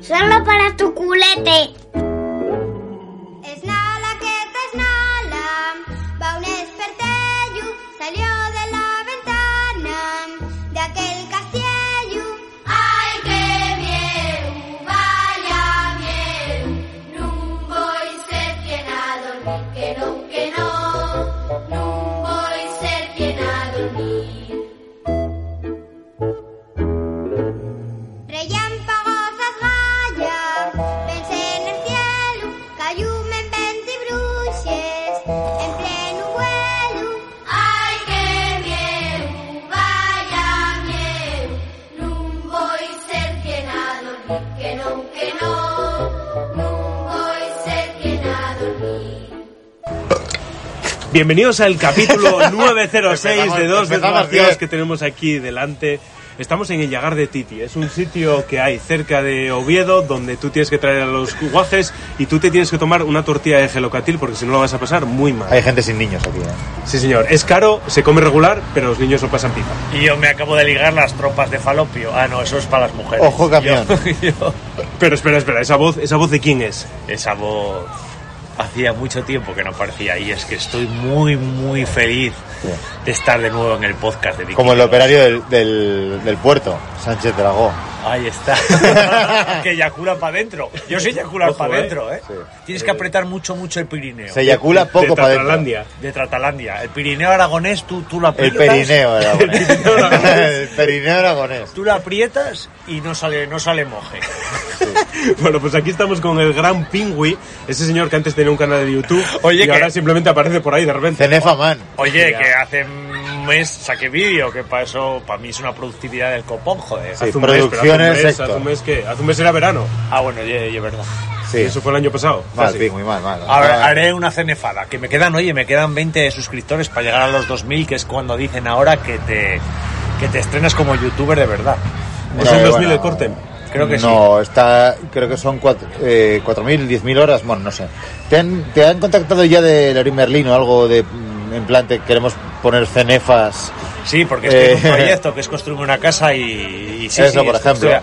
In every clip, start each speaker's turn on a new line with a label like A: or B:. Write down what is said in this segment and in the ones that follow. A: Solo para tu culete.
B: Esnala que te esnala, va un espertello, salió de la ventana de aquel castillo.
C: Ai que mieru, vaya mieru, nun voi ser quien a dormir, que no, que no, nun voi ser quien a dormir.
B: Relámpagosas gallas, pensé en el cielo, cayume en ventibruches, en pleno vuelo.
C: Ai que mieru, vaya mieru, nun voi ser quien a dormir, que no, que no, nun voi ser quien a dormir.
D: Bienvenidos al capítulo 906 de
E: Empezamos-
D: dos
E: empezamos
D: desgraciados
E: bien.
D: que tenemos aquí delante. Estamos en el Llagar de Titi, es un sitio que hay cerca de Oviedo donde tú tienes que traer a los guajes y tú te tienes que tomar una tortilla de gelocatil porque si no lo vas a pasar muy mal.
E: Hay gente sin niños aquí, ¿eh?
D: Sí señor, es caro, se come regular, pero los niños lo pasan pipa.
F: Y yo me acabo de ligar las tropas de falopio. Ah, no, eso es para las mujeres.
E: Ojo, camión.
F: Yo- yo-
D: Pero espera, espera, esa voz, esa voz de quién es?
F: esa voz hacía mucho tiempo que no aparecía y es que estoy muy, muy feliz de estar de nuevo en el podcast de Vicky.
E: Como el operario del, del, del puerto, Sánchez Dragó.
F: Ahí está. que eyacula para adentro. Yo sé eyacular
D: Ojo,
F: para
D: eh.
F: adentro, ¿eh?
E: Sí.
F: Tienes que apretar mucho, mucho el Pirineo.
E: Se eyacula poco
D: de
E: para dentro.
D: Tatalandia.
F: De Tratalandia. El Pirineo aragonés, tú, tú lo
E: El
F: aprietas.
E: perineo aragonés.
D: El perineo aragonés.
E: El perineo aragonés.
F: Tú lo aprietas y no sale, no sale moje.
D: Bueno, pues aquí estamos con el gran Pingüi, ese señor que antes tenía un canal de YouTube
F: Oye,
D: y
F: que-
D: ahora simplemente aparece por ahí de repente.
E: Cenefa Man.
F: Oye,
D: Ya.
F: que hace un mes saqué vídeo, que para eso, para mí es una productividad del copón, joder.
E: Sí.
D: Hace un mes, pero hace un
E: producciones
D: mes,
E: Héctor.
D: hace un mes que hace un mes era verano.
F: Ah, bueno, ya, ya, verdad.
E: Sí.
D: Eso fue el año pasado.
E: Mal,
D: casi.
E: Ping, muy mal, mal.
F: A ver,
E: Ah,
F: haré una cenefada, que me quedan, oye, me quedan 20 suscriptores para llegar a los 2000, que es cuando dicen ahora que te, que te estrenas como youtuber de verdad.
E: no,
D: Es en
E: bueno,
D: 2000 el corte.
F: Creo que sí.
E: No, está, creo que son cuatro- eh, 4.000, 10.000 horas, bueno, no sé. ¿Te han, te han contactado ya de Lorin Merlin o algo de, mm, en plan, te queremos poner cenefas?
F: Sí, porque estoy en un
E: Eh.
F: proyecto que es construirme una casa y, y sí,
E: Eso,
F: sí,
E: por
F: estoy-
E: ejemplo.
F: estoy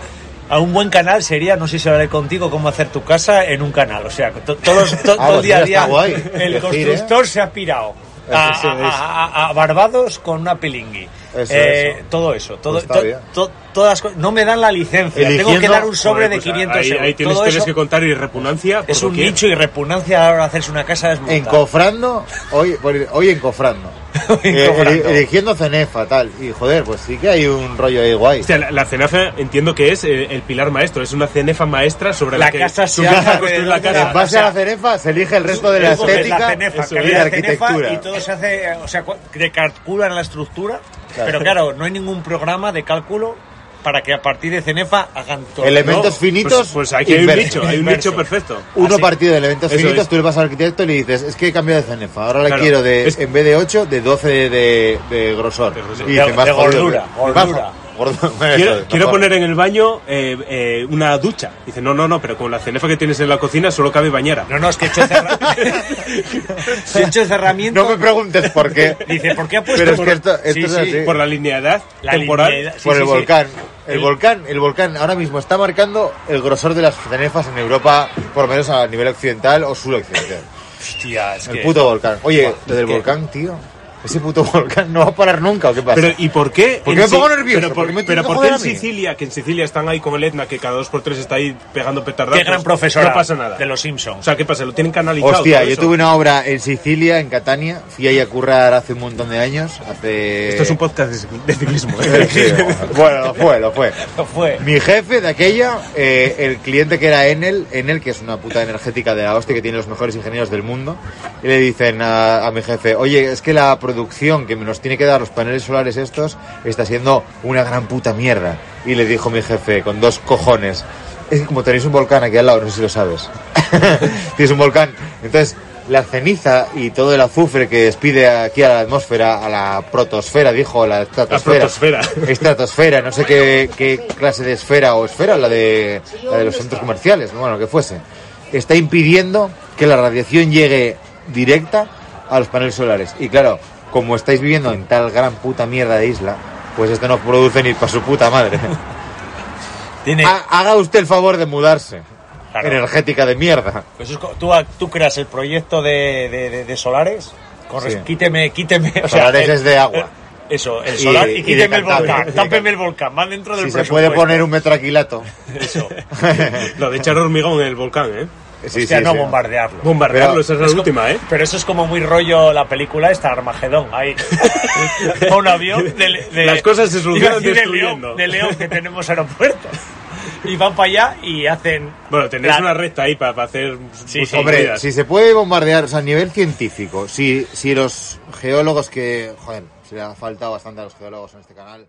F: a, a un buen canal sería, no sé si hablaré contigo, cómo hacer tu casa en un canal. O sea, to- todos, to-
E: Ah,
F: todo el
E: pues
F: día a
E: mira,
F: día
E: está guay.
F: el
E: Decir, ¿eh?
F: constructor se ha pirado. A,
E: Eso es.
F: a- a- a Barbados con una pilingui. Eh,
E: Eso, eso.
F: Todo eso. Todo,
E: Pues está
F: to-
E: bien.
F: to- todas las co- no me dan la licencia. Tengo que
E: Eligiendo-
F: dar un sobre
D: Joder,
F: de
D: pues
F: 500
D: ahí,
F: euros.
D: Ahí tienes
F: Todo
D: historias
F: eso
D: que contar y repugnancia. por
F: es un
D: doquier.
F: nicho y repugnancia ahora hacerse una casa desmontada.
E: Encofrando, hoy, por- hoy encofrando. Eh,
F: Encofrando.
E: eli- eligiendo cenefa, tal. Y joder, pues sí que hay un rollo ahí guay.
D: Hostia, la, la cenafa entiendo que es eh, el pilar maestro, es una cenefa maestra sobre la,
F: La
D: que
F: casa se
D: tú vas
F: hace
D: a construir la
F: alrededor de
D: casa.
E: en base
F: o sea,
E: a la cenefa se elige el resto de
F: Eso
E: la
F: es la
E: estética
F: cenefa,
D: eso
F: que
E: y
F: había
E: la
F: la cenefa
E: arquitectura.
F: y todo se hace, eh, o sea, cu- que calculan la estructura, pero claro, no hay ningún programa de cálculo para que a partir de cenefa hagan todo.
E: Elementos
D: No,
E: finitos.
D: Pues, pues aquí hay un
E: inverso.
D: nicho, hay un
F: Inverso.
D: nicho perfecto.
E: Uno
F: Así.
E: partido de elementos
D: Eso
E: finitos,
D: es.
E: tú le vas al arquitecto y le dices, es que he cambiado de cenefa, ahora la
D: Claro,
E: quiero de,
D: es-
E: en vez de 8, de 12 de, de- de grosor.
D: De grosor.
E: Y
F: De-
E: te vas
F: de
E: jodido,
F: gordura,
E: me vas-
F: gordura.
E: gordo- eso
D: Quiero,
E: es,
D: quiero
E: mejor.
D: poner en el baño eh, eh, una ducha. Dice, no, no, no, pero con la cenefa que tienes en la cocina solo cabe bañera.
F: No, no, es que he hecho, cerra... he hecho cerramiento.
E: No me preguntes por qué.
F: Dice, ¿por qué ha puesto
E: Pero es
F: por-
E: que esto, esto
F: Sí,
E: es
F: sí,
E: así.
D: Por la linealidad
F: La
D: temporal.
F: linealidad. sí,
E: por
F: sí,
E: el
F: sí.
E: volcán. El
F: El-
E: volcán, el volcán ahora mismo está marcando el grosor de las cenefas en Europa, por lo menos a nivel occidental o suroccidental.
F: Hostia, es
E: El
F: que-
E: puto volcán. Oye,
F: Buah,
E: lo del
F: ¿qué?
E: volcán, tío. Ese puto volcán no va a parar nunca, ¿o qué pasa?
D: Pero ¿y por qué?
E: ¿Por
D: en
E: qué me
D: Si-
E: pongo nervioso?
D: Pero por,
E: ¿Por qué me
D: pero
E: tiene que
D: ¿por qué
E: joder
D: en
E: a mí?
D: Sicilia, que en Sicilia están ahí con el Etna, que cada dos por tres está ahí pegando petardazos?
F: Qué gran profesora
D: No pasa nada.
F: de los Simpsons.
D: O sea, ¿qué pasa? Lo tienen canalizado.
E: Hostia,
D: todo
E: yo
D: eso.
E: tuve una obra en Sicilia, en Catania. Fui ahí a currar hace un montón de años. Hace.
D: Esto es un podcast de cicl- de ciclismo. ¿eh?
E: eh, Sí, bueno, lo fue, lo fue.
F: fue.
E: Mi jefe de aquella, eh, el cliente que era Enel, Enel, que es una puta energética de la hostia que tiene los mejores ingenieros del mundo, y le dicen a, a mi jefe, oye, es que la producción que nos tiene que dar los paneles solares estos está siendo una gran puta mierda. Y le dijo mi jefe, con dos cojones, es que como tenéis un volcán aquí al lado, no sé si lo sabes, tienes un volcán, entonces... La ceniza y todo el azufre que despide aquí a la atmósfera, a la protosfera, dijo, a la estratosfera.
D: protosfera.
E: Estratosfera, no sé qué, qué clase de esfera o esfera, la de, la de los centros comerciales, bueno, lo que fuese. Está impidiendo que la radiación llegue directa a los paneles solares. Y claro, como estáis viviendo en tal gran puta mierda de isla, pues esto no produce ni para su puta madre.
F: Tiene,
E: Ha- Haga usted el favor de mudarse.
F: Claro.
E: Energética de mierda.
F: Pues es co- tú, tú creas el proyecto de, de- de- de solares. Corre,
E: Sí.
F: Quíteme, quíteme. o
E: Solares
F: el-
E: es de agua.
F: el- Eso, el solar y,
E: y de
F: quíteme el
E: Cantabria.
F: volcán. Tápeme el volcán, va dentro del
E: Si se puede
F: presupuesto.
E: poner un metraquilato.
F: Eso.
D: Lo de echar hormigón en el volcán, ¿eh?
E: Sí,
F: Hostia,
E: sí,
F: no
E: sí.
F: bombardearlo.
D: Bombardearlo,
E: Pero
D: esa es la
F: Es como-
D: última, ¿eh?
F: Pero eso es como muy rollo la película esta, Armagedón. Ahí va un avión de, de-
D: Las cosas se solucionan
F: iba a decir de
D: destruyendo.
F: León, de León, que tenemos aeropuerto. Y van para allá y hacen...
D: Bueno, tenéis
F: la-
D: una recta ahí para, para hacer...
F: Sí,
D: vuestras
F: sí.
E: Hombre,
D: movidas.
E: si se puede bombardear, o sea, a nivel científico, si, si los geólogos que. Joder, se le ha faltado bastante a los geólogos en este canal.